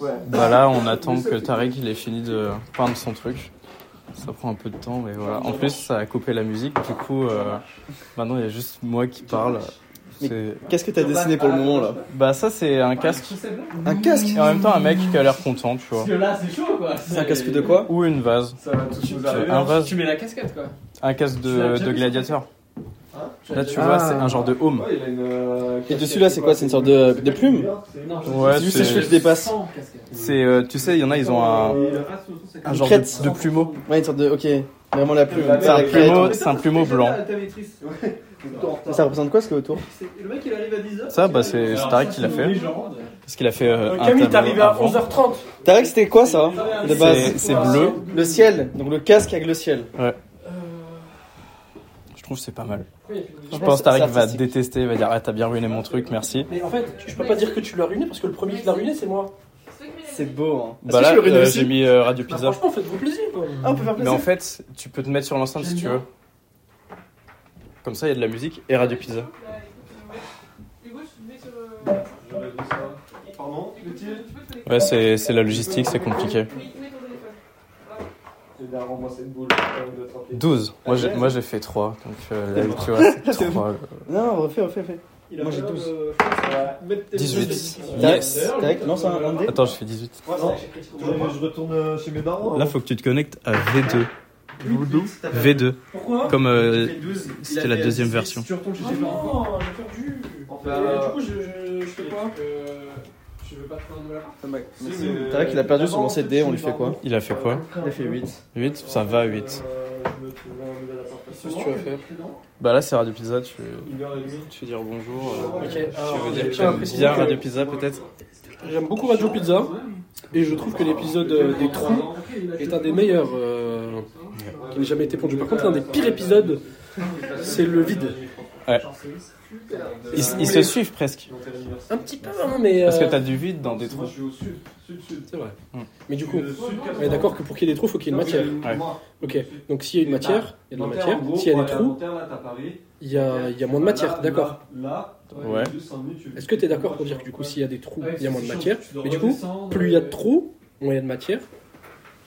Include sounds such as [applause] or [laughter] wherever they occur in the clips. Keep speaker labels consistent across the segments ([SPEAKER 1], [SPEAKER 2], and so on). [SPEAKER 1] Ouais.
[SPEAKER 2] Bah là, on attend que Tarek il ait fini de peindre son truc. Ça prend un peu de temps, mais voilà. En plus, ça a coupé la musique, du coup, euh, maintenant il y a juste moi qui parle. C'est-
[SPEAKER 3] Qu'est-ce que t'as dessiné pour le moment là
[SPEAKER 2] Bah ça, c'est un casque.
[SPEAKER 3] Un casque
[SPEAKER 2] Et en même temps, un mec qui a l'air content, tu vois.
[SPEAKER 4] Parce que là, c'est chaud quoi.
[SPEAKER 3] C'est un casque de quoi
[SPEAKER 2] Ou une vase.
[SPEAKER 1] Ça va tous nous
[SPEAKER 2] Euh,
[SPEAKER 1] arriver.
[SPEAKER 2] un vase,
[SPEAKER 4] Tu mets la casquette quoi.
[SPEAKER 2] un casque
[SPEAKER 4] Tu l'as
[SPEAKER 2] de,
[SPEAKER 4] déjà
[SPEAKER 2] de
[SPEAKER 4] vu,
[SPEAKER 2] gladiateur.
[SPEAKER 1] Hein
[SPEAKER 2] Là, tu
[SPEAKER 3] Ah.
[SPEAKER 2] vois, c'est un genre de home.
[SPEAKER 1] Ouais, il a une, euh,
[SPEAKER 3] Et dessus,
[SPEAKER 1] casquette,
[SPEAKER 3] là, c'est quoi C'est une sorte de- de plume
[SPEAKER 4] Non, je-
[SPEAKER 2] Ouais,
[SPEAKER 3] C'est juste les cheveux qui
[SPEAKER 2] c'est,
[SPEAKER 3] dépassent.
[SPEAKER 4] Sans casquette.
[SPEAKER 2] c'est, euh, tu sais, il y en a, ils ont un,
[SPEAKER 1] euh,
[SPEAKER 2] un genre
[SPEAKER 3] crête.
[SPEAKER 2] de, de plumeau.
[SPEAKER 3] Ouais, une sorte de. Ok, vraiment la plume.
[SPEAKER 1] La
[SPEAKER 3] Ça, la
[SPEAKER 1] merde,
[SPEAKER 3] crête.
[SPEAKER 2] plumeau, c'est un plumeau blanc.
[SPEAKER 3] Ça représente quoi ce qu'il y a autour
[SPEAKER 1] Le mec il arrive à 10h.
[SPEAKER 2] Ça, bah, c'est c'est
[SPEAKER 4] Alors,
[SPEAKER 2] Tarek
[SPEAKER 4] ça,
[SPEAKER 2] qui l'a
[SPEAKER 4] c'est une
[SPEAKER 2] fait.
[SPEAKER 4] légende.
[SPEAKER 2] Parce qu'il a fait euh, un
[SPEAKER 5] Camille,
[SPEAKER 2] tableau
[SPEAKER 5] t'es arrivé à
[SPEAKER 2] avant.
[SPEAKER 5] 11h30.
[SPEAKER 3] Tarek, c'était quoi ça hein, De base
[SPEAKER 2] C'est c'est bleu.
[SPEAKER 3] Le ciel, donc le casque avec le ciel.
[SPEAKER 2] Je trouve que c'est pas mal.
[SPEAKER 5] Oui.
[SPEAKER 2] Je
[SPEAKER 3] c'est
[SPEAKER 2] pense Tarek va
[SPEAKER 3] artistique.
[SPEAKER 2] détester, il va dire ah t'as bien ruiné mon truc, merci.
[SPEAKER 5] Mais en fait, je peux pas dire que tu l'as ruiné parce que le premier qui l'a ruiné, c'est moi.
[SPEAKER 3] C'est beau hein.
[SPEAKER 2] Bah
[SPEAKER 3] que
[SPEAKER 2] là
[SPEAKER 3] je le ruine
[SPEAKER 2] euh,
[SPEAKER 3] aussi
[SPEAKER 2] j'ai mis euh, Radio
[SPEAKER 5] Bah,
[SPEAKER 2] Pizza.
[SPEAKER 5] franchement, faites-vous plaisir. quoi.
[SPEAKER 3] Ah, on peut faire
[SPEAKER 2] Mais en
[SPEAKER 3] plaisir.
[SPEAKER 2] fait tu peux te mettre sur l'enceinte si tu veux. Comme ça il y a de la musique et Radio Pizza.
[SPEAKER 1] Pardon,
[SPEAKER 2] Ouais c'est c'est la logistique, c'est compliqué.
[SPEAKER 4] Eh
[SPEAKER 1] J'ai bien remboursé une boule.
[SPEAKER 2] 12. Moi j'ai moi j'ai fait 3 donc euh, là, tu vois c'est 3.
[SPEAKER 3] Non, refais, refais, refais. Moi, j'ai 12.
[SPEAKER 2] 18.
[SPEAKER 3] Tarek,
[SPEAKER 2] Yes.
[SPEAKER 3] Tarek, lance un, un dé.
[SPEAKER 2] Attends je fais 18.
[SPEAKER 1] Je retourne euh, chez mes darons.
[SPEAKER 2] Là faut que tu te connectes à V2. V2
[SPEAKER 4] Pourquoi
[SPEAKER 2] comme euh,
[SPEAKER 4] Il fait 12, il
[SPEAKER 2] c'était
[SPEAKER 4] a
[SPEAKER 2] la
[SPEAKER 4] fait
[SPEAKER 2] deuxième
[SPEAKER 4] 18,
[SPEAKER 2] version.
[SPEAKER 4] Tu
[SPEAKER 1] Ah
[SPEAKER 4] retournes chez
[SPEAKER 5] Oh
[SPEAKER 4] tes parents.
[SPEAKER 5] non, j'ai perdu.
[SPEAKER 1] Bah,
[SPEAKER 5] Et Du coup, je, je, je fais quoi Je veux pas te prendre la
[SPEAKER 3] Tarek, il a perdu son lancer de dé, on lui fait quoi
[SPEAKER 2] il a fait quoi
[SPEAKER 3] Il a fait 8.
[SPEAKER 4] Euh,
[SPEAKER 2] 8 ça va 8.
[SPEAKER 5] Qu'est-ce que tu vas faire
[SPEAKER 2] Bah là c'est Radio Pizza tu
[SPEAKER 1] Une heure et demie.
[SPEAKER 2] tu veux dire bonjour. euh,
[SPEAKER 5] Ok,
[SPEAKER 2] Tu
[SPEAKER 5] alors,
[SPEAKER 2] veux
[SPEAKER 5] j'ai
[SPEAKER 2] dire que
[SPEAKER 5] pas
[SPEAKER 2] t'aimes
[SPEAKER 5] apprécié.
[SPEAKER 2] bien Radio Pizza peut-être
[SPEAKER 5] J'aime beaucoup Radio Pizza et je trouve que l'épisode euh, des trous est un des meilleurs euh, qui n'ait jamais été pondu. Par contre, l'un des pires épisodes, c'est le vide.
[SPEAKER 2] Ils, ils se suivent presque.
[SPEAKER 5] Un petit peu, hein, mais.
[SPEAKER 2] Parce que
[SPEAKER 5] euh,
[SPEAKER 2] t'as du vide dans des trous.
[SPEAKER 1] Moi, je suis au sud, sud, sud.
[SPEAKER 5] C'est vrai.
[SPEAKER 2] Hmm.
[SPEAKER 5] Mais du coup,
[SPEAKER 1] Le sud,
[SPEAKER 5] on est d'accord que pour qu'il y ait des trous, faut qu'il y ait une matière.
[SPEAKER 2] Ouais.
[SPEAKER 5] Ok, donc s'il y a une matière, il y a de la matière. S'il y a des trous, il y a, il y a moins de matière, d'accord.
[SPEAKER 1] Là,
[SPEAKER 2] Ouais.
[SPEAKER 5] Est-ce que tu es d'accord pour dire que du coup, s'il y a des trous, il y a moins de matière Mais du coup, plus il y a de trous, moins il y a de matière.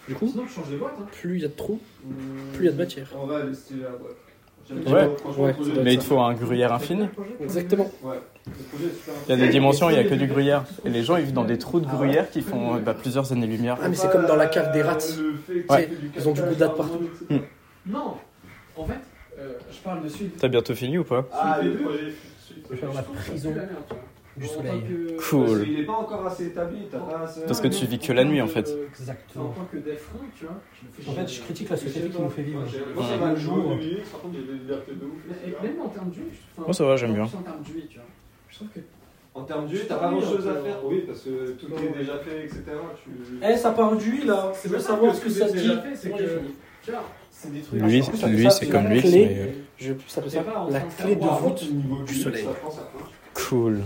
[SPEAKER 5] Du coup,
[SPEAKER 1] Sinon, je change de boîte. hein.
[SPEAKER 5] plus il y a de trous, plus il y a de matière.
[SPEAKER 1] On va aller style la boîte. J'aime
[SPEAKER 2] Ouais.
[SPEAKER 1] bien, franchement,
[SPEAKER 5] Ouais,
[SPEAKER 1] le projet-
[SPEAKER 5] ça doit
[SPEAKER 2] Mais il te faut un gruyère infini.
[SPEAKER 5] Exactement.
[SPEAKER 1] Ouais. Le projet est super
[SPEAKER 2] Il y a des dimensions, il n'y a que du gruyère. Et les gens, ils vivent dans des trous de gruyère qui font euh, bah, plusieurs années-lumière.
[SPEAKER 5] Ah, mais c'est comme dans la cave des rats.
[SPEAKER 1] Euh, Le fait que
[SPEAKER 2] Ouais. Hmm.
[SPEAKER 1] tu fais du
[SPEAKER 5] Ils ont du
[SPEAKER 1] captage
[SPEAKER 5] gouda de partout.
[SPEAKER 1] harmonique, etc.
[SPEAKER 4] Non, en fait, euh, je parle de suite.
[SPEAKER 2] T'as bientôt fini ou pas
[SPEAKER 1] Ah, le projet.
[SPEAKER 5] Faire la prison du soleil.
[SPEAKER 1] Parce
[SPEAKER 2] Cool.
[SPEAKER 1] qu'il est pas encore assez établi. t'as pas assez-
[SPEAKER 2] Parce que tu vis que la nuit en fait.
[SPEAKER 4] En
[SPEAKER 5] Exactement.
[SPEAKER 4] tant que Defron, tu vois, je me fais
[SPEAKER 5] En fait,
[SPEAKER 4] chier.
[SPEAKER 5] je critique la société qui nous fait vivre.
[SPEAKER 1] Moi, ça
[SPEAKER 2] Ouais.
[SPEAKER 1] m'a
[SPEAKER 5] Le
[SPEAKER 1] joué
[SPEAKER 5] jour.
[SPEAKER 1] deux minutes, par contre, j'ai des libertés de ouf,
[SPEAKER 4] Mais-
[SPEAKER 1] etc.
[SPEAKER 4] Et même en termes d'huile, enfin,
[SPEAKER 2] Moi, ça va, j'aime bien.
[SPEAKER 4] En termes d'huile, tu vois. Je trouve que.
[SPEAKER 1] En termes d'huile, t'as pas grand chose à faire. Oui, parce que tout est déjà fait, etc. Tu...
[SPEAKER 5] Eh, ça part d'huile là. Je veux
[SPEAKER 4] pas
[SPEAKER 5] savoir
[SPEAKER 4] que
[SPEAKER 5] ce que
[SPEAKER 4] tout
[SPEAKER 5] ça
[SPEAKER 4] est
[SPEAKER 5] dit.
[SPEAKER 4] déjà fait, c'est
[SPEAKER 5] Moi,
[SPEAKER 4] que-
[SPEAKER 5] j'ai fini.
[SPEAKER 4] Tu vois, c'est des trucs.
[SPEAKER 2] Lui,
[SPEAKER 5] c'est-
[SPEAKER 2] lui c'est comme lui. Mais... euh,
[SPEAKER 5] Je ça peut
[SPEAKER 4] C'est pas
[SPEAKER 5] ça
[SPEAKER 4] en
[SPEAKER 5] la
[SPEAKER 4] train de
[SPEAKER 5] clé Eh, de
[SPEAKER 4] savoir.
[SPEAKER 5] voûte.
[SPEAKER 1] niveau
[SPEAKER 5] du soleil.
[SPEAKER 1] ça prend, ça prend.
[SPEAKER 2] Cool.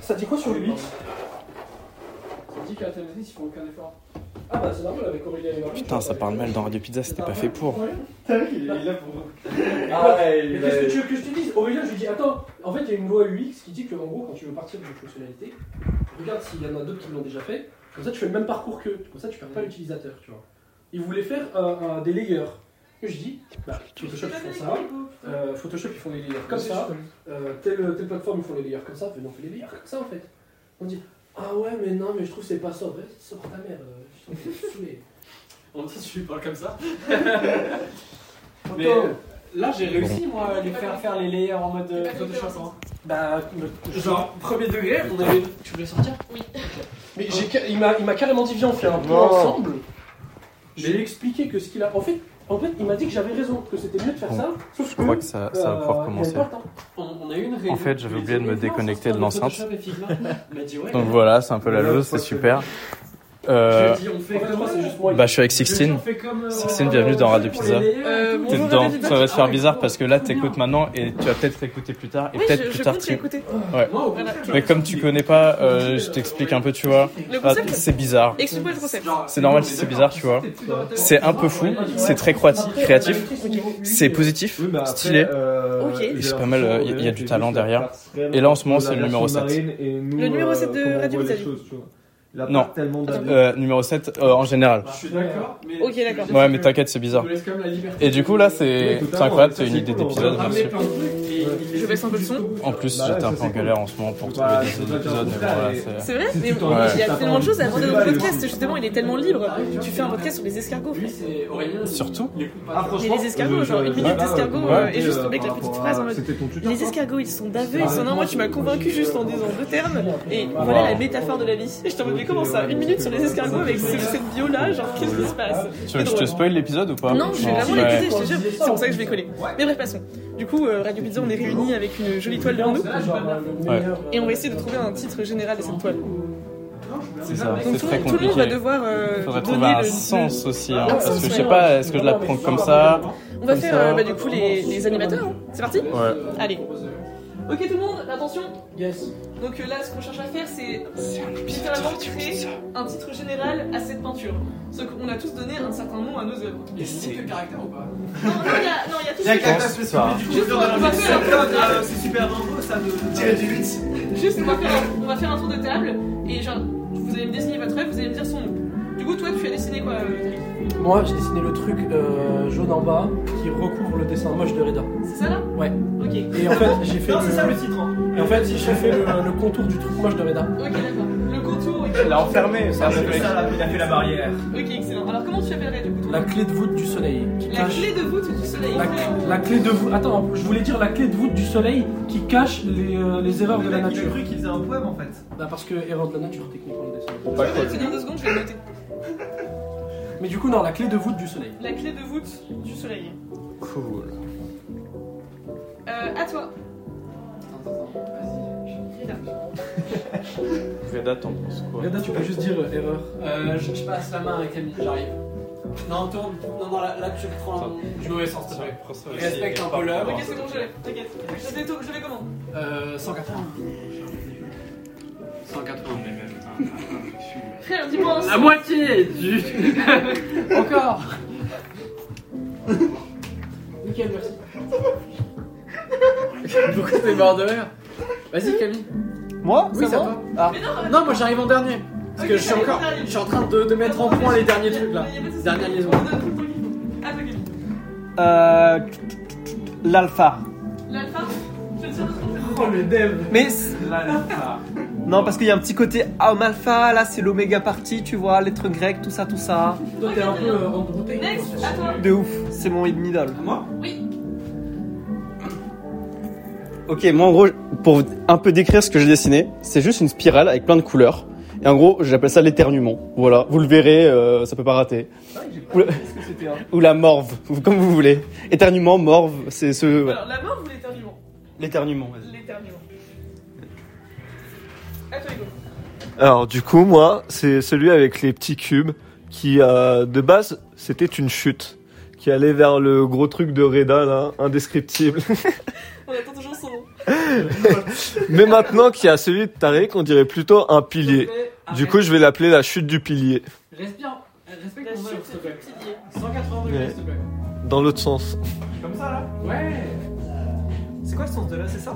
[SPEAKER 5] Ça dit quoi sur lui
[SPEAKER 4] Ça dit qu'à la télévision, ils font aucun effort.
[SPEAKER 5] Ah bah c'est normal avec Aurélien et Marie.
[SPEAKER 2] Putain, ça parle mal dans Radio Pizza, c'était pas fait pour.
[SPEAKER 1] Il est là pour.
[SPEAKER 5] Ah,
[SPEAKER 1] ouais,
[SPEAKER 5] Mais
[SPEAKER 1] il
[SPEAKER 5] qu'est-ce que
[SPEAKER 1] est-
[SPEAKER 5] tu veux que je te dise Aurélien, je lui dis attends, en fait il y a une loi UX qui dit que en gros quand tu veux partir d'une fonctionnalité, regarde s'il y en a d'autres qui l'ont déjà fait, comme ça tu fais le même parcours qu'eux, comme ça tu perds pas l'utilisateur, tu vois. Il voulait faire un- un- des layers. Et je dis, bah,
[SPEAKER 4] Ah,
[SPEAKER 5] Photoshop ils font ça, euh, Photoshop ils font les layers comme ça, euh, telle, telle plateforme ils font les layers comme ça, venez on fait les layers comme ça en fait. On dit ah ouais mais non mais je trouve que c'est pas ça, vas-y sors ta mère, euh, je suis saoulé.
[SPEAKER 4] En même temps, tu lui parles comme ça. Mais
[SPEAKER 5] Attends.
[SPEAKER 4] euh, là, j'ai réussi, moi, à lui faire faire les layers en mode euh, Photoshop. hein.
[SPEAKER 5] Bah,
[SPEAKER 4] Genre, premier degré, on avait. Tu voulais sortir
[SPEAKER 5] [laughs] Mais j'ai ca- il m'a il m'a carrément dit viens on fait un plan ensemble. Je lui ai expliqué que ce qu'il a. En fait, en fait il m'a dit que j'avais raison, que c'était mieux de faire
[SPEAKER 2] Bon,
[SPEAKER 5] ça. Sauf
[SPEAKER 2] Je crois que ça, ça va pouvoir commencer.
[SPEAKER 4] on, on a eu une réunion.
[SPEAKER 2] fait, j'avais oublié de me déconnecter de l'enceinte.
[SPEAKER 4] Photoshop et Figma. Il m'a dit, ouais.
[SPEAKER 2] Donc voilà, c'est un peu la loose, c'est super. Euh,
[SPEAKER 4] Je lui ai dit, on fait
[SPEAKER 5] En fait,
[SPEAKER 4] comme.
[SPEAKER 5] moi, c'est juste moi.
[SPEAKER 2] bah, je suis avec Sixtine. Sixtine,
[SPEAKER 4] Sixtine,
[SPEAKER 2] bienvenue dans Radio Pizza. T'es
[SPEAKER 6] Euh, bonjour,
[SPEAKER 2] dedans.
[SPEAKER 6] David.
[SPEAKER 2] Ça va te
[SPEAKER 4] ah,
[SPEAKER 2] faire bizarre parce que là, t'écoutes maintenant et tu vas peut-être t'écouter plus tard et
[SPEAKER 6] Oui,
[SPEAKER 2] peut-être
[SPEAKER 6] je,
[SPEAKER 2] plus
[SPEAKER 6] je
[SPEAKER 2] tard
[SPEAKER 6] compte
[SPEAKER 2] tu.
[SPEAKER 6] l'écouter. Voilà.
[SPEAKER 2] Mais comme tu connais pas, euh, je t'explique un peu, tu vois.
[SPEAKER 6] Le
[SPEAKER 2] Ah,
[SPEAKER 6] concept,
[SPEAKER 2] c'est bizarre.
[SPEAKER 6] explique-moi le concept.
[SPEAKER 2] C'est normal si c'est bizarre, tu vois. C'est un peu fou, c'est très croati- créatif, c'est
[SPEAKER 4] euh,
[SPEAKER 2] positif,
[SPEAKER 1] Oui, mais après,
[SPEAKER 2] stylé.
[SPEAKER 1] euh,
[SPEAKER 6] Ok.
[SPEAKER 1] j'ai
[SPEAKER 2] C'est pas mal,
[SPEAKER 1] l'impression,
[SPEAKER 2] euh, y a-
[SPEAKER 1] euh,
[SPEAKER 2] y a du
[SPEAKER 1] c'est
[SPEAKER 2] talent
[SPEAKER 1] juste la
[SPEAKER 2] derrière.
[SPEAKER 1] farce réelle
[SPEAKER 2] Et là, en ce moment,
[SPEAKER 1] de la
[SPEAKER 2] c'est le numéro
[SPEAKER 1] version
[SPEAKER 2] 7.
[SPEAKER 1] marine et nous,
[SPEAKER 6] Le numéro
[SPEAKER 1] euh,
[SPEAKER 6] 7 de
[SPEAKER 1] comment on
[SPEAKER 6] Radio
[SPEAKER 1] voit les
[SPEAKER 6] Italie.
[SPEAKER 1] choses, tu vois. Il a
[SPEAKER 2] Non.
[SPEAKER 1] pas tellement d'avis.
[SPEAKER 2] Euh, numéro 7, euh, en
[SPEAKER 4] bah,
[SPEAKER 2] général.
[SPEAKER 7] Je suis d'accord, mais.
[SPEAKER 6] Ok, d'accord.
[SPEAKER 2] Ouais, mais t'inquiète, c'est bizarre.
[SPEAKER 7] Je laisse quand même la liberté.
[SPEAKER 2] Et du coup, là, c'est
[SPEAKER 1] Oui,
[SPEAKER 2] c'est incroyable,
[SPEAKER 1] totalement,
[SPEAKER 2] c'est une
[SPEAKER 1] ça,
[SPEAKER 2] idée
[SPEAKER 1] c'est cool,
[SPEAKER 2] d'épisode,
[SPEAKER 1] on va
[SPEAKER 4] hein.
[SPEAKER 2] bien sûr.
[SPEAKER 7] Ramener plein de trucs et il
[SPEAKER 6] Je baisse un peu le son.
[SPEAKER 2] En plus,
[SPEAKER 1] Bah ouais,
[SPEAKER 2] j'étais un
[SPEAKER 1] ça,
[SPEAKER 2] peu en
[SPEAKER 1] c'est
[SPEAKER 2] galère en ce moment pour
[SPEAKER 1] Bah,
[SPEAKER 2] trouver
[SPEAKER 1] c'est
[SPEAKER 2] des
[SPEAKER 1] pas
[SPEAKER 2] épisodes,
[SPEAKER 1] bien
[SPEAKER 2] mais
[SPEAKER 1] pour
[SPEAKER 2] voilà,
[SPEAKER 1] ça,
[SPEAKER 2] c'est...
[SPEAKER 6] C'est vrai, mais
[SPEAKER 2] Ouais.
[SPEAKER 6] il y a tellement de choses à aborder dans le
[SPEAKER 1] Ouais.
[SPEAKER 6] podcast, justement, il est tellement libre. Tu fais un podcast sur les escargots.
[SPEAKER 7] Lui, c'est Aurélien. il-
[SPEAKER 2] Surtout
[SPEAKER 7] il écoute pas.
[SPEAKER 2] Euh,
[SPEAKER 1] Ah,
[SPEAKER 6] Et
[SPEAKER 1] franchement,
[SPEAKER 6] les escargots, genre une
[SPEAKER 1] bah,
[SPEAKER 6] minute d'escargots,
[SPEAKER 2] ouais,
[SPEAKER 6] euh, et juste on avec la petite phrase en mode.
[SPEAKER 1] C'était ton tuteur.
[SPEAKER 6] Les escargots, ils sont baveux, ils sont non, moi tu m'as convaincu juste en disant deux termes, et
[SPEAKER 2] Wow.
[SPEAKER 6] voilà la métaphore de la vie. Et je t'en mode, mais comment ça Une minute sur les escargots avec ce- cette bio-là, genre qu'est-ce qui se passe
[SPEAKER 2] Tu veux que je te spoil l'épisode ou pas
[SPEAKER 6] Non, je vais vraiment
[SPEAKER 2] Bah, Ouais.
[SPEAKER 6] l'écouter, je te jure, c'est pour ça que je vais coller. Mais bref, passons. Du coup, euh, Radio Pizza, on est réunis avec une jolie toile devant nous, et on va essayer de trouver un titre général de cette toile.
[SPEAKER 2] C'est ça,
[SPEAKER 6] Donc
[SPEAKER 2] c'est
[SPEAKER 6] tout,
[SPEAKER 2] très
[SPEAKER 6] tout le monde va
[SPEAKER 2] compliqué.
[SPEAKER 6] devoir euh,
[SPEAKER 2] Faudrait trouver
[SPEAKER 6] donner
[SPEAKER 2] un
[SPEAKER 6] le,
[SPEAKER 2] sens aussi, hein,
[SPEAKER 6] Un
[SPEAKER 2] parce
[SPEAKER 6] sens,
[SPEAKER 2] que je
[SPEAKER 6] ouais.
[SPEAKER 2] sais pas, est-ce que je la prends comme ça
[SPEAKER 6] On va
[SPEAKER 2] Comme
[SPEAKER 6] faire
[SPEAKER 2] ça.
[SPEAKER 6] euh, bah, du coup les, les animateurs. hein. C'est parti
[SPEAKER 2] Ouais.
[SPEAKER 6] Allez. Ok tout le monde, attention.
[SPEAKER 4] Yes.
[SPEAKER 6] Donc euh, là, ce qu'on cherche à faire, c'est littéralement créer un titre général à cette peinture. Sauf qu'on a tous donné un certain nom à nos œuvres.
[SPEAKER 7] Il y a juste le caractère ou pas
[SPEAKER 6] Non, non, il y a, non, il y a tous.
[SPEAKER 2] Je pense pas.
[SPEAKER 6] Juste, on va, on va faire un tour de table.
[SPEAKER 7] C'est super dangereux ça de. Tirer du 8
[SPEAKER 6] Juste, on va faire, un- on va faire un tour de table et genre, vous allez me désigner votre œuvre, vous allez me dire son nom. Du coup, toi, tu as dessiné quoi, euh, Cédric
[SPEAKER 4] Moi, j'ai dessiné le truc euh, jaune en bas qui recouvre le dessin moche de Reda.
[SPEAKER 6] C'est ça là
[SPEAKER 4] Ouais.
[SPEAKER 6] Ok.
[SPEAKER 4] Et en fait, j'ai fait,
[SPEAKER 7] Non,
[SPEAKER 4] le...
[SPEAKER 7] c'est ça le titre. hein.
[SPEAKER 4] Et en fait, j'ai fait le, le contour du truc moche de Reda.
[SPEAKER 6] Ok, d'accord. Le contour, ok.
[SPEAKER 2] Il l'a enfermé, ça,
[SPEAKER 7] C'est ça, là, il a fait la barrière.
[SPEAKER 6] Ok, excellent. Alors, comment tu appellerais du coup ton
[SPEAKER 4] La
[SPEAKER 6] œuvre
[SPEAKER 4] clé de voûte du soleil qui
[SPEAKER 6] La
[SPEAKER 4] cache.
[SPEAKER 6] clé de voûte du soleil.
[SPEAKER 4] La, cl- la clé de voûte. Attends, je voulais dire la clé de voûte du soleil qui cache les, euh, les erreurs
[SPEAKER 7] Le
[SPEAKER 4] de la
[SPEAKER 7] mec, il a
[SPEAKER 4] nature.
[SPEAKER 7] cru qu'il faisait un poème en fait.
[SPEAKER 4] Bah, parce que erreur de la nature, techniquement, le dessin.
[SPEAKER 2] Pour
[SPEAKER 6] Je
[SPEAKER 2] pas
[SPEAKER 6] vais
[SPEAKER 2] que-
[SPEAKER 6] le tenir deux secondes, je vais le noter.
[SPEAKER 4] Mais du coup, non, la clé de voûte du soleil.
[SPEAKER 6] La clé de voûte du soleil.
[SPEAKER 2] Cool.
[SPEAKER 6] Euh, à toi.
[SPEAKER 2] Reda, t'en penses quoi
[SPEAKER 4] Reda, tu peux juste dire euh, erreur.
[SPEAKER 7] Euh, je, je passe la main à Camille, j'arrive. Non, tourne. Non, non, là, là, tu prends du mauvais sens, s'il te plaît. Respecte un peu l'œuvre.
[SPEAKER 6] Ok, c'est bon, je l'ai. T'inquiète. Je les taux- je les commande.
[SPEAKER 7] Euh, 180. 180.
[SPEAKER 6] Frère, dis-moi
[SPEAKER 7] Ah.
[SPEAKER 6] un son.
[SPEAKER 7] moitié du. [laughs] Encore
[SPEAKER 4] Nickel, merci.
[SPEAKER 7] Pourquoi t'es mort de rire Vas-y, Camille.
[SPEAKER 5] Moi
[SPEAKER 7] Oui, c'est à toi. Ah.
[SPEAKER 6] Mais non, euh,
[SPEAKER 7] Non, moi j'arrive en dernier. Parce que
[SPEAKER 6] Ok,
[SPEAKER 7] je suis
[SPEAKER 6] allez,
[SPEAKER 7] encore.
[SPEAKER 6] allez.
[SPEAKER 7] Je suis en train de, de mettre en point les derniers trucs là.
[SPEAKER 6] Il y a pas de souci.
[SPEAKER 7] Dernière liaison.
[SPEAKER 6] On donne tout le Ah, temps. À toi, Guy.
[SPEAKER 5] Euh. L'alpha.
[SPEAKER 6] L'alpha, je te tiens deux secondes.
[SPEAKER 7] Oh le dev
[SPEAKER 5] [laughs] Mais. c- Non, parce qu'il y a un petit côté homme alpha, là c'est l'oméga party, tu vois, lettre grecque, tout ça, tout ça.
[SPEAKER 4] Toi, t'es un peu euh, embrouté.
[SPEAKER 6] Next, à toi.
[SPEAKER 5] De ouf, c'est mon hidden idol.
[SPEAKER 7] Moi
[SPEAKER 6] Oui.
[SPEAKER 5] Ok, moi en gros, pour un peu décrire ce que j'ai dessiné, c'est juste une spirale avec plein de couleurs. Et en gros, j'appelle ça l'éternuement. Voilà, vous le verrez, euh, ça peut pas rater. Ou la-
[SPEAKER 1] hein.
[SPEAKER 5] Ou la morve, ou comme vous voulez. Éternuement, morve, c'est ce. ouais.
[SPEAKER 6] Alors, la mort ou l'éternuement
[SPEAKER 5] L'éternuement, vas-y.
[SPEAKER 6] L'éternuement. À toi, Hugo.
[SPEAKER 8] Alors du coup, moi, c'est celui avec les petits cubes qui, euh, de base, c'était une chute qui allait vers le gros truc de Reda là, indescriptible.
[SPEAKER 6] On attend toujours son nom.
[SPEAKER 8] Mais maintenant qu'il y a celui de Tarek, on dirait plutôt un pilier. Du
[SPEAKER 7] euh, Arrête.
[SPEAKER 8] coup, je vais l'appeler la chute du pilier,
[SPEAKER 7] Respire. Respecte
[SPEAKER 6] La
[SPEAKER 7] mon œuvre,
[SPEAKER 6] chute
[SPEAKER 7] s'il te
[SPEAKER 6] du
[SPEAKER 7] plaît.
[SPEAKER 6] pilier.
[SPEAKER 7] 180 degrés, s'il te plaît.
[SPEAKER 8] dans l'autre sens.
[SPEAKER 7] Comme ça là Ouais C'est quoi le sens de là C'est ça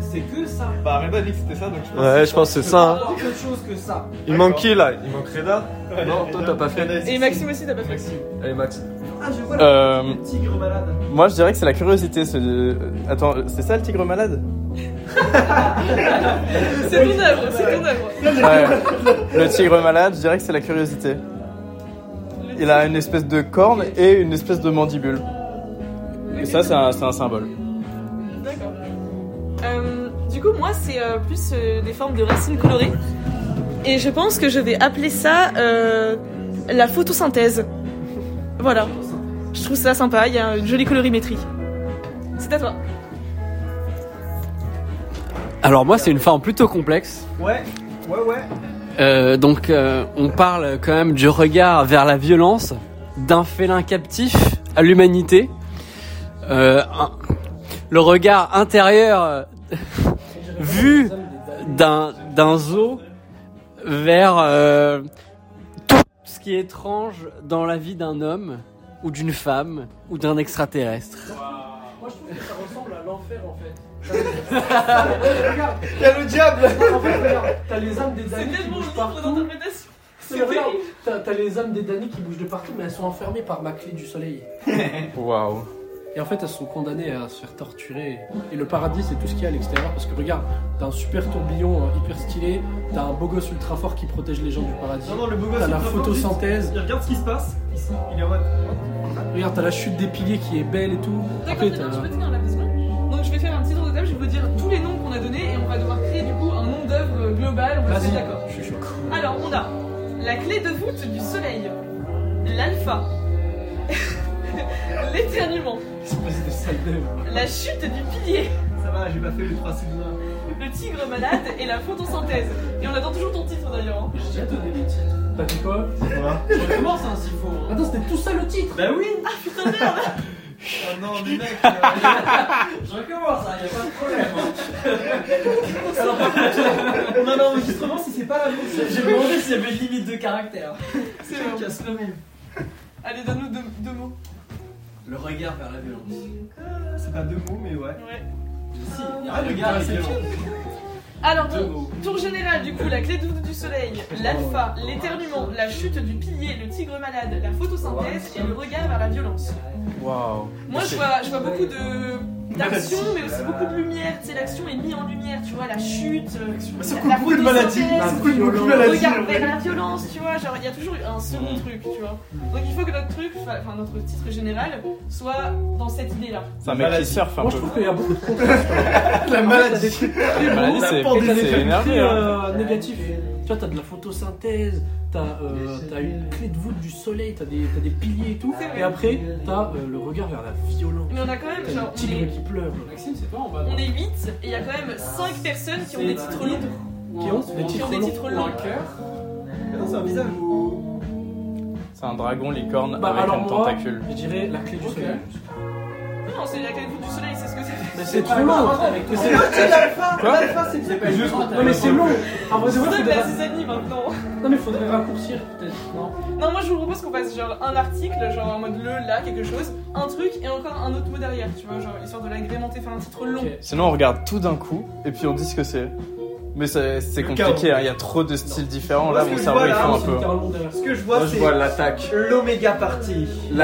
[SPEAKER 7] C'est que ça
[SPEAKER 5] Bah, Reda dit que c'était ça, donc
[SPEAKER 8] Ouais, je pense que c'est ça. hein.
[SPEAKER 7] autre chose que ça
[SPEAKER 8] Il manque qui là Il manque Reda Non, toi t'as pas fait.
[SPEAKER 6] Et Maxime aussi, t'as pas fait.
[SPEAKER 8] Allez Max.
[SPEAKER 7] Ah, je vois
[SPEAKER 2] Euh,
[SPEAKER 7] le tigre malade
[SPEAKER 2] moi je dirais que c'est la curiosité. c'est- euh, Attends, c'est ça le tigre malade
[SPEAKER 6] C'est ton œuvre, c'est ton œuvre.
[SPEAKER 2] Ouais. Le tigre malade, je dirais que c'est la curiosité.
[SPEAKER 6] Le
[SPEAKER 2] Il a une espèce de corne et une espèce de mandibule. Et ça, c'est un, c'est un symbole.
[SPEAKER 6] D'accord. Euh, du coup, moi, c'est euh, plus euh, des formes de racines colorées. Et je pense que je vais appeler ça euh, la photosynthèse. Voilà. Je trouve ça sympa, il y a une jolie colorimétrie. C'est à toi.
[SPEAKER 9] Alors moi c'est une forme plutôt complexe.
[SPEAKER 1] Ouais, ouais, ouais.
[SPEAKER 9] Euh, donc euh, on parle quand même du regard vers la violence d'un félin captif à l'humanité. Euh, un- le regard intérieur euh, vu d'un d'un zoo vers euh, tout ce qui est étrange dans la vie d'un homme ou d'une femme ou d'un extraterrestre.
[SPEAKER 4] Moi, je trouve que ça ressemble à l'enfer en fait. Regarde,
[SPEAKER 5] Il y a le diable
[SPEAKER 4] en fait, regarde, t'as les âmes des
[SPEAKER 6] C'est
[SPEAKER 4] damnés qui
[SPEAKER 6] tellement
[SPEAKER 4] bougent
[SPEAKER 6] libre
[SPEAKER 4] partout.
[SPEAKER 6] d'interprétation.
[SPEAKER 4] C'est regarde, t'as t'as les âmes des damnés qui bougent de partout, mais elles sont enfermées par ma clé du soleil.
[SPEAKER 2] Waouh.
[SPEAKER 4] Et en fait, elles sont condamnées à se faire torturer. Et le paradis, c'est tout ce qu'il y a à l'extérieur. Parce que regarde, t'as un super tourbillon euh, hyper stylé, t'as un beau gosse ultra fort qui protège les gens du paradis.
[SPEAKER 1] Non, non, le beau gosse,
[SPEAKER 4] T'as
[SPEAKER 1] il
[SPEAKER 4] la
[SPEAKER 1] prend pas, juste,
[SPEAKER 4] photosynthèse.
[SPEAKER 1] Il regarde ce qui se passe. Il est en mode.
[SPEAKER 4] Regarde, t'as la chute des piliers qui est belle et tout. euh,
[SPEAKER 6] D'accord,
[SPEAKER 4] Après,
[SPEAKER 6] très
[SPEAKER 4] t'as-
[SPEAKER 6] bien, je peux tenir la question. Donc je vais faire un petit tour de table, je vais vous dire tous les noms qu'on a donnés et on va devoir créer du coup un nom d'œuvre global, on va se
[SPEAKER 4] Vas-y,
[SPEAKER 6] mettre d'accord.
[SPEAKER 4] je suis chaud.
[SPEAKER 6] Alors on a la clé de voûte du soleil, l'alpha, [laughs] l'éternuement,
[SPEAKER 4] C'est pas des sales devs.
[SPEAKER 6] la chute du pilier,
[SPEAKER 1] Ça va, j'ai pas fait le 3 secondes.
[SPEAKER 6] le tigre malade et la photosynthèse. Et on attend toujours ton titre d'ailleurs. hein.
[SPEAKER 4] J'ai déjà donné le titre. T'as dit quoi
[SPEAKER 7] C'est mort, c'est un siphon. hein.
[SPEAKER 4] Attends, c'était tout ça le titre
[SPEAKER 1] Bah oui
[SPEAKER 6] Putain
[SPEAKER 7] [laughs]
[SPEAKER 6] merde
[SPEAKER 1] Ah non, mais mec euh,
[SPEAKER 7] Je recommence, hein, y a pas de problème. hein.
[SPEAKER 1] On a l'enregistrement si c'est pas la même
[SPEAKER 7] J'ai demandé s'il y avait une limite de caractère.
[SPEAKER 6] C'est bon.
[SPEAKER 1] casse le monde.
[SPEAKER 6] Allez, donne-nous deux, deux mots.
[SPEAKER 7] Le regard vers la violence.
[SPEAKER 1] C'est pas deux mots, mais ouais.
[SPEAKER 6] Ouais.
[SPEAKER 7] Si, y a un regard vers la violence.
[SPEAKER 6] Alors,
[SPEAKER 7] Deux
[SPEAKER 6] bon,
[SPEAKER 7] mots.
[SPEAKER 6] tour général, du coup, la clé de- du soleil, l'alpha, l'éternuement, la chute du pilier, le tigre malade, la photosynthèse et le regard vers la violence.
[SPEAKER 2] Waouh.
[SPEAKER 6] Moi, je vois, je vois beaucoup de d'action, mais aussi beaucoup de lumière. Tu sais, l'action est mise en lumière, tu vois, la chute, euh, la
[SPEAKER 1] beaucoup de maladies,
[SPEAKER 6] photosynthèse,
[SPEAKER 1] beaucoup de- beaucoup de
[SPEAKER 6] le
[SPEAKER 1] maladies,
[SPEAKER 6] regard
[SPEAKER 1] en
[SPEAKER 6] vers
[SPEAKER 1] fait.
[SPEAKER 6] la violence, tu vois. Genre, il y a toujours un second
[SPEAKER 2] Mm.
[SPEAKER 6] truc, tu vois. Donc, il faut que notre truc, enfin, notre titre général, soit dans cette idée-là.
[SPEAKER 2] C'est un mec qui surfe un
[SPEAKER 4] Moi, je
[SPEAKER 2] peu.
[SPEAKER 4] trouve qu'il y a beaucoup de [laughs] contrastes.
[SPEAKER 1] La maladie
[SPEAKER 2] La maladie,
[SPEAKER 4] La
[SPEAKER 2] c'est-
[SPEAKER 4] porte des
[SPEAKER 2] c'est
[SPEAKER 4] effets
[SPEAKER 2] énervé.
[SPEAKER 4] très,
[SPEAKER 2] hein.
[SPEAKER 4] euh, négatifs. Tu vois, t'as de la photosynthèse, t'as euh, t'as une clé de voûte du soleil, t'as des, t'as des piliers et tout.
[SPEAKER 6] C'est vrai.
[SPEAKER 4] Et après, t'as euh, le regard vers la violence.
[SPEAKER 6] Mais on a quand même,
[SPEAKER 4] T'as
[SPEAKER 6] genre,
[SPEAKER 4] le
[SPEAKER 6] on
[SPEAKER 4] tigre
[SPEAKER 6] est,
[SPEAKER 4] qui pleure.
[SPEAKER 7] Maxime, c'est toi en bas.
[SPEAKER 6] on est 8 et il y a quand même 5 personnes qui ont des titres longs.
[SPEAKER 4] Qui ont des
[SPEAKER 6] Qui
[SPEAKER 4] titres
[SPEAKER 6] ont des
[SPEAKER 4] longs.
[SPEAKER 6] titres
[SPEAKER 7] Dans
[SPEAKER 6] longs.
[SPEAKER 7] le cœur.
[SPEAKER 1] Non, c'est un visage.
[SPEAKER 2] C'est un dragon licorne
[SPEAKER 4] Bah,
[SPEAKER 2] avec
[SPEAKER 4] alors
[SPEAKER 2] un
[SPEAKER 4] moi,
[SPEAKER 2] tentacule.
[SPEAKER 4] je dirais la clé du
[SPEAKER 7] Ok.
[SPEAKER 4] soleil.
[SPEAKER 6] Non, c'est la clé de voûte du soleil, c'est ce que c'est.
[SPEAKER 4] Mais c'est trop long. Mais c'est-
[SPEAKER 1] l'alpha L'alpha, c'est
[SPEAKER 7] C'est pas une
[SPEAKER 1] Juste-
[SPEAKER 7] droite,
[SPEAKER 4] Non mais Ah, c'est long. En vrai, de vrai,
[SPEAKER 6] C'est ça que
[SPEAKER 4] faudrait-
[SPEAKER 6] la Susannie, maintenant.
[SPEAKER 4] non mais faudrait raccourcir peut-être. Non.
[SPEAKER 6] Non, moi je vous propose qu'on fasse genre un article, genre en mode le, là, quelque chose, un truc et encore un autre mot derrière, tu vois, genre histoire de l'agrémenter, faire un titre
[SPEAKER 2] Ah,
[SPEAKER 6] long.
[SPEAKER 4] Ok.
[SPEAKER 2] Sinon, on regarde tout d'un coup et puis on dit ce que c'est. Mais c'est c'est
[SPEAKER 1] Le
[SPEAKER 2] compliqué,
[SPEAKER 1] chaos.
[SPEAKER 2] hein, il y a trop de styles différents.
[SPEAKER 1] Moi,
[SPEAKER 2] Là,
[SPEAKER 1] ce
[SPEAKER 2] mon
[SPEAKER 1] que je
[SPEAKER 2] cerveau,
[SPEAKER 1] vois,
[SPEAKER 2] il
[SPEAKER 1] là,
[SPEAKER 2] fond un
[SPEAKER 4] C'est hein.
[SPEAKER 2] peu.
[SPEAKER 4] littéralement derrière.
[SPEAKER 1] Ce que je vois, c'est [laughs]
[SPEAKER 8] l'attaque.
[SPEAKER 1] l'oméga party.
[SPEAKER 2] Wow.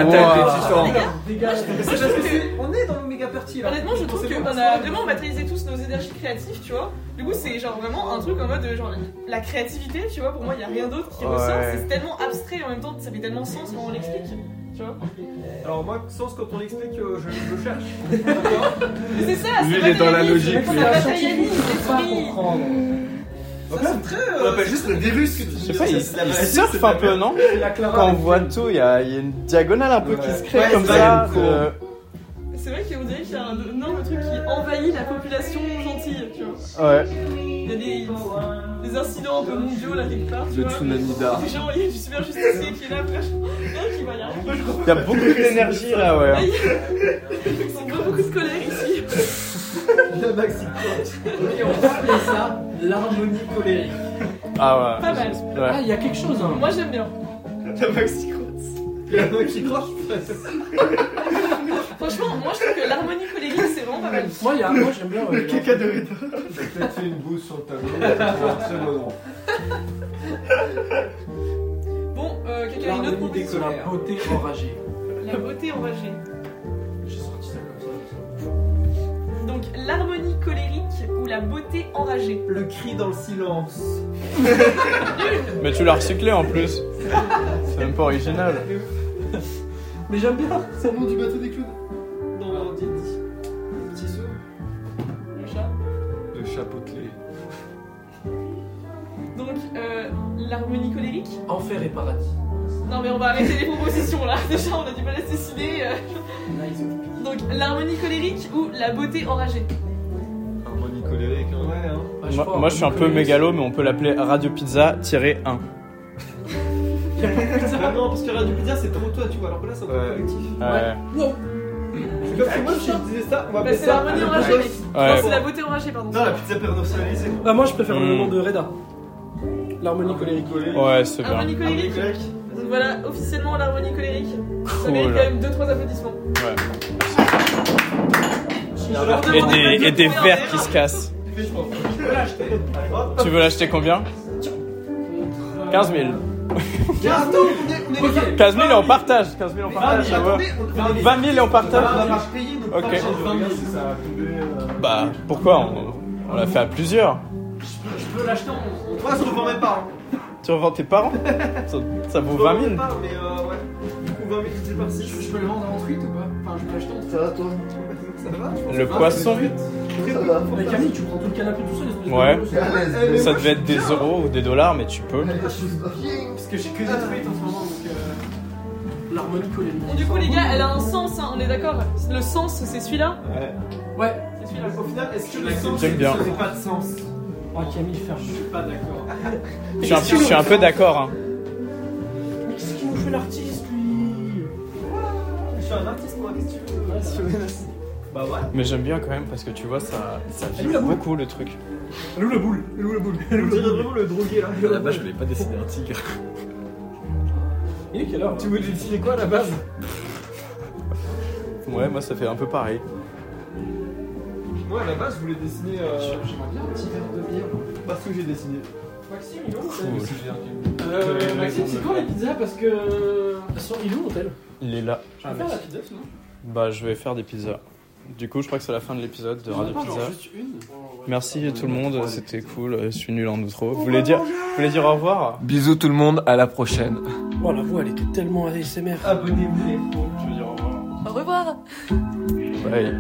[SPEAKER 4] Dégage.
[SPEAKER 1] C'est parce que c'est- On est dans l'oméga party là.
[SPEAKER 6] Honnêtement, je trouve
[SPEAKER 1] C'est
[SPEAKER 6] qu'on
[SPEAKER 1] bon,
[SPEAKER 6] a vraiment matérialisé tous nos énergies créatives, tu vois. Du coup, c'est genre vraiment un truc en mode euh, genre la créativité, tu vois. Pour moi, il n'y a rien d'autre qui
[SPEAKER 2] Ouais.
[SPEAKER 6] ressort. C'est tellement abstrait et en même temps, ça fait tellement sens quand on l'explique, tu vois.
[SPEAKER 1] Alors, moi, sens quand on l'explique, euh, je le cherche.
[SPEAKER 6] Mais c'est ça,
[SPEAKER 2] Lui,
[SPEAKER 6] c'est
[SPEAKER 2] il est dans la
[SPEAKER 6] matérialiste,
[SPEAKER 2] logique,
[SPEAKER 6] Ça
[SPEAKER 2] lui.
[SPEAKER 6] matérialise l'esprit.
[SPEAKER 1] Donc là, c'est très.
[SPEAKER 8] On
[SPEAKER 1] euh,
[SPEAKER 8] appelle juste le virus que tu
[SPEAKER 2] Je sais pas, il, il
[SPEAKER 8] maladie,
[SPEAKER 2] surfe un peu, non
[SPEAKER 4] La
[SPEAKER 2] Quand on
[SPEAKER 4] Clara.
[SPEAKER 2] voit tout, il y, a il y a une diagonale un peu qui se crée
[SPEAKER 8] Ouais,
[SPEAKER 2] comme
[SPEAKER 8] c'est vrai,
[SPEAKER 2] ça.
[SPEAKER 8] il y a une
[SPEAKER 2] euh,
[SPEAKER 6] C'est vrai qu'on dirait qu'il y a un énorme truc qui envahit la population gentille, tu vois.
[SPEAKER 2] Ouais.
[SPEAKER 6] Il y a des, des incidents un peu mondiaux là quelque part, tu vois.
[SPEAKER 2] tsunami
[SPEAKER 1] [laughs]
[SPEAKER 2] d'art.
[SPEAKER 6] Des gens, il y a du super justicier qui est là, après, il y en a qui va y arriver.
[SPEAKER 2] Il y a beaucoup d'énergie là, ouais.
[SPEAKER 6] On voit beaucoup de colère ici.
[SPEAKER 1] La Maxime.
[SPEAKER 7] Et on va appeler ça l'harmonie colérique.
[SPEAKER 2] Ah ouais.
[SPEAKER 6] Pas mal.
[SPEAKER 2] Ouais.
[SPEAKER 4] Ah, il y a quelque chose. Hein.
[SPEAKER 6] Moi j'aime bien.
[SPEAKER 8] La Maxi Cross.
[SPEAKER 1] La Maxi Cross.
[SPEAKER 6] Franchement, moi je trouve que l'harmonie colérique c'est vraiment pas mal.
[SPEAKER 4] Moi, il y a, moi j'aime bien. euh, ouais,
[SPEAKER 8] Caca de Rita.
[SPEAKER 10] J'ai peut-être fait une bouse sur le tableau. C'est bon.
[SPEAKER 6] Bon, euh, quelqu'un a une autre
[SPEAKER 7] L'harmonie des
[SPEAKER 4] C'est
[SPEAKER 6] proposition
[SPEAKER 4] la
[SPEAKER 7] colères.
[SPEAKER 4] beauté enragée.
[SPEAKER 6] La beauté enragée.
[SPEAKER 4] J'ai sorti ça comme ça.
[SPEAKER 6] Donc l'harmonie colérique ou la beauté enragée.
[SPEAKER 1] Le cri dans le silence.
[SPEAKER 2] Mais tu l'as recyclé en plus. C'est même pas original.
[SPEAKER 4] Mais j'aime bien.
[SPEAKER 8] C'est le nom du bateau des clowns.
[SPEAKER 1] Dans leur dit. Petit saut.
[SPEAKER 6] Le chat.
[SPEAKER 10] Le chapeau de clé.
[SPEAKER 6] Donc euh, l'harmonie colérique.
[SPEAKER 4] Enfer et paradis.
[SPEAKER 6] Non mais on va arrêter les propositions là. Déjà on a du mal à se décider. euh. Donc l'harmonie colérique ou la beauté enragée.
[SPEAKER 10] Harmonie colérique. Hein.
[SPEAKER 1] Ouais, hein.
[SPEAKER 4] Bah,
[SPEAKER 2] Moi,
[SPEAKER 4] crois,
[SPEAKER 2] moi, je suis un peu
[SPEAKER 4] connais-
[SPEAKER 2] mégalo, mais on peut l'appeler Radio Pizza-1.
[SPEAKER 1] Ah non, parce que Radio Pizza, c'est trop toi, tu vois. Alors que là, c'est un
[SPEAKER 10] Ouais.
[SPEAKER 1] peu collectif.
[SPEAKER 2] Ouais.
[SPEAKER 1] C'est Comme si moi, je disais ça, on va
[SPEAKER 6] Bah,
[SPEAKER 1] appeler
[SPEAKER 6] c'est l'harmonie
[SPEAKER 1] ça.
[SPEAKER 6] enragée. mec. Non
[SPEAKER 2] Ouais.
[SPEAKER 6] c'est la beauté enragée pardon.
[SPEAKER 8] Non, la pizza personnalisée.
[SPEAKER 4] Ah, moi je préfère
[SPEAKER 2] Hmm.
[SPEAKER 4] le nom de Reda. L'harmonie
[SPEAKER 11] Ah.
[SPEAKER 4] colérique.
[SPEAKER 2] Ouais, c'est bien.
[SPEAKER 6] Harmonie colérique. Donc voilà officiellement l'harmonie colérique. Ça mérite
[SPEAKER 2] Cool.
[SPEAKER 6] quand même 2-3 applaudissements.
[SPEAKER 2] Ah, Ouais. Et des, et des verres qui se cassent. Tu veux l'acheter combien 15 000.
[SPEAKER 1] 15 000, on est- on est les gars.
[SPEAKER 2] 15 000 et on partage. 15 000 on partage. ça va.
[SPEAKER 1] Attendez, on on est les
[SPEAKER 2] 20 000 et on
[SPEAKER 1] On
[SPEAKER 2] partage.
[SPEAKER 1] va payer notre
[SPEAKER 2] Ok.
[SPEAKER 1] partage de 20 000.
[SPEAKER 2] Bah pourquoi on, on l'a fait à plusieurs.
[SPEAKER 4] Je peux l'acheter en.
[SPEAKER 1] Moi, je revends même pas. hein.
[SPEAKER 2] Tu revends tes parents ça, ça vaut
[SPEAKER 1] Je revends
[SPEAKER 2] 20
[SPEAKER 1] même
[SPEAKER 2] 000.
[SPEAKER 1] pas, mais euh, ouais. Du coup, 20 000 c'est par six.
[SPEAKER 4] Je peux le vendre en truite ou pas Enfin, je peux l'acheter en truite.
[SPEAKER 11] Ça va toi
[SPEAKER 1] Ça va je pense. Ah,
[SPEAKER 2] Le poisson,
[SPEAKER 1] Très
[SPEAKER 11] Ça
[SPEAKER 1] peu.
[SPEAKER 11] va
[SPEAKER 4] Mais Camille, tu prends tout le canapé tout seul, espèce de
[SPEAKER 2] Ouais.
[SPEAKER 4] gros,
[SPEAKER 11] T'es
[SPEAKER 4] c'est-
[SPEAKER 11] à
[SPEAKER 1] Eh, mais
[SPEAKER 11] l'aise
[SPEAKER 2] ça devait être des euros ou des dollars, mais tu peux.
[SPEAKER 11] Je suis pas bien.
[SPEAKER 1] Parce que j'ai que des truites en ce moment, donc. euh,
[SPEAKER 4] L'harmonie
[SPEAKER 6] Bon,
[SPEAKER 4] coloniale.
[SPEAKER 6] du coup, les gars, elle a un sens, hein, on est d'accord Le sens, c'est celui-là
[SPEAKER 4] Ouais.
[SPEAKER 6] C'est celui-là.
[SPEAKER 1] Au final, est-ce que le sens,
[SPEAKER 2] J'aime bien.
[SPEAKER 1] ça n'a pas de sens
[SPEAKER 4] Oh, Camille, ferme.
[SPEAKER 1] Je suis pas d'accord.
[SPEAKER 2] Je suis un, peu- je suis un peu d'accord. hein.
[SPEAKER 4] Mais qu'est-ce qu'il nous fait l'artiste, lui
[SPEAKER 1] Je suis un artiste, moi, qu'est-ce que tu veux Bah ouais. [laughs]
[SPEAKER 2] Mais j'aime bien quand même parce que tu vois, ça, ça vit
[SPEAKER 4] Elle nous la boule.
[SPEAKER 2] beaucoup le truc.
[SPEAKER 4] Elle ouvre la boule. Elle ouvre la boule. Elle
[SPEAKER 1] On
[SPEAKER 4] ouvre la
[SPEAKER 1] dirait
[SPEAKER 4] boule.
[SPEAKER 1] vraiment le drogué là.
[SPEAKER 9] Là-bas, je voulais pas dessiner un tigre.
[SPEAKER 4] Il est quelle heure
[SPEAKER 1] Tu voulais dessiner quoi à la base
[SPEAKER 2] Ouais, moi ça fait un peu pareil.
[SPEAKER 1] Moi, à la base, je voulais dessiner. euh,
[SPEAKER 4] J'aimerais bien un petit verre de bière.
[SPEAKER 1] Parce que j'ai dessiné.
[SPEAKER 4] Maxime, il est où
[SPEAKER 2] Cool.
[SPEAKER 4] Euh, Maxime, c'est quand les pizzas Parce que. euh, Il est où l'hôtel
[SPEAKER 2] Il est là.
[SPEAKER 6] Ah,
[SPEAKER 4] Je peux faire la pizza sinon
[SPEAKER 2] Bah, je vais faire des pizzas. Du coup, je crois que c'est la fin de l'épisode de Radio Pizza.
[SPEAKER 4] Juste une
[SPEAKER 2] Merci tout le monde, c'était cool. euh, Je suis nul en outro. Vous voulez dire, vous voulez dire au revoir
[SPEAKER 9] Bisous tout le monde, à la prochaine.
[SPEAKER 4] Oh la voix, elle était tellement ASMR.
[SPEAKER 1] Abonnez-vous les pros.
[SPEAKER 2] Je veux dire au revoir.
[SPEAKER 6] Au revoir
[SPEAKER 2] Bye.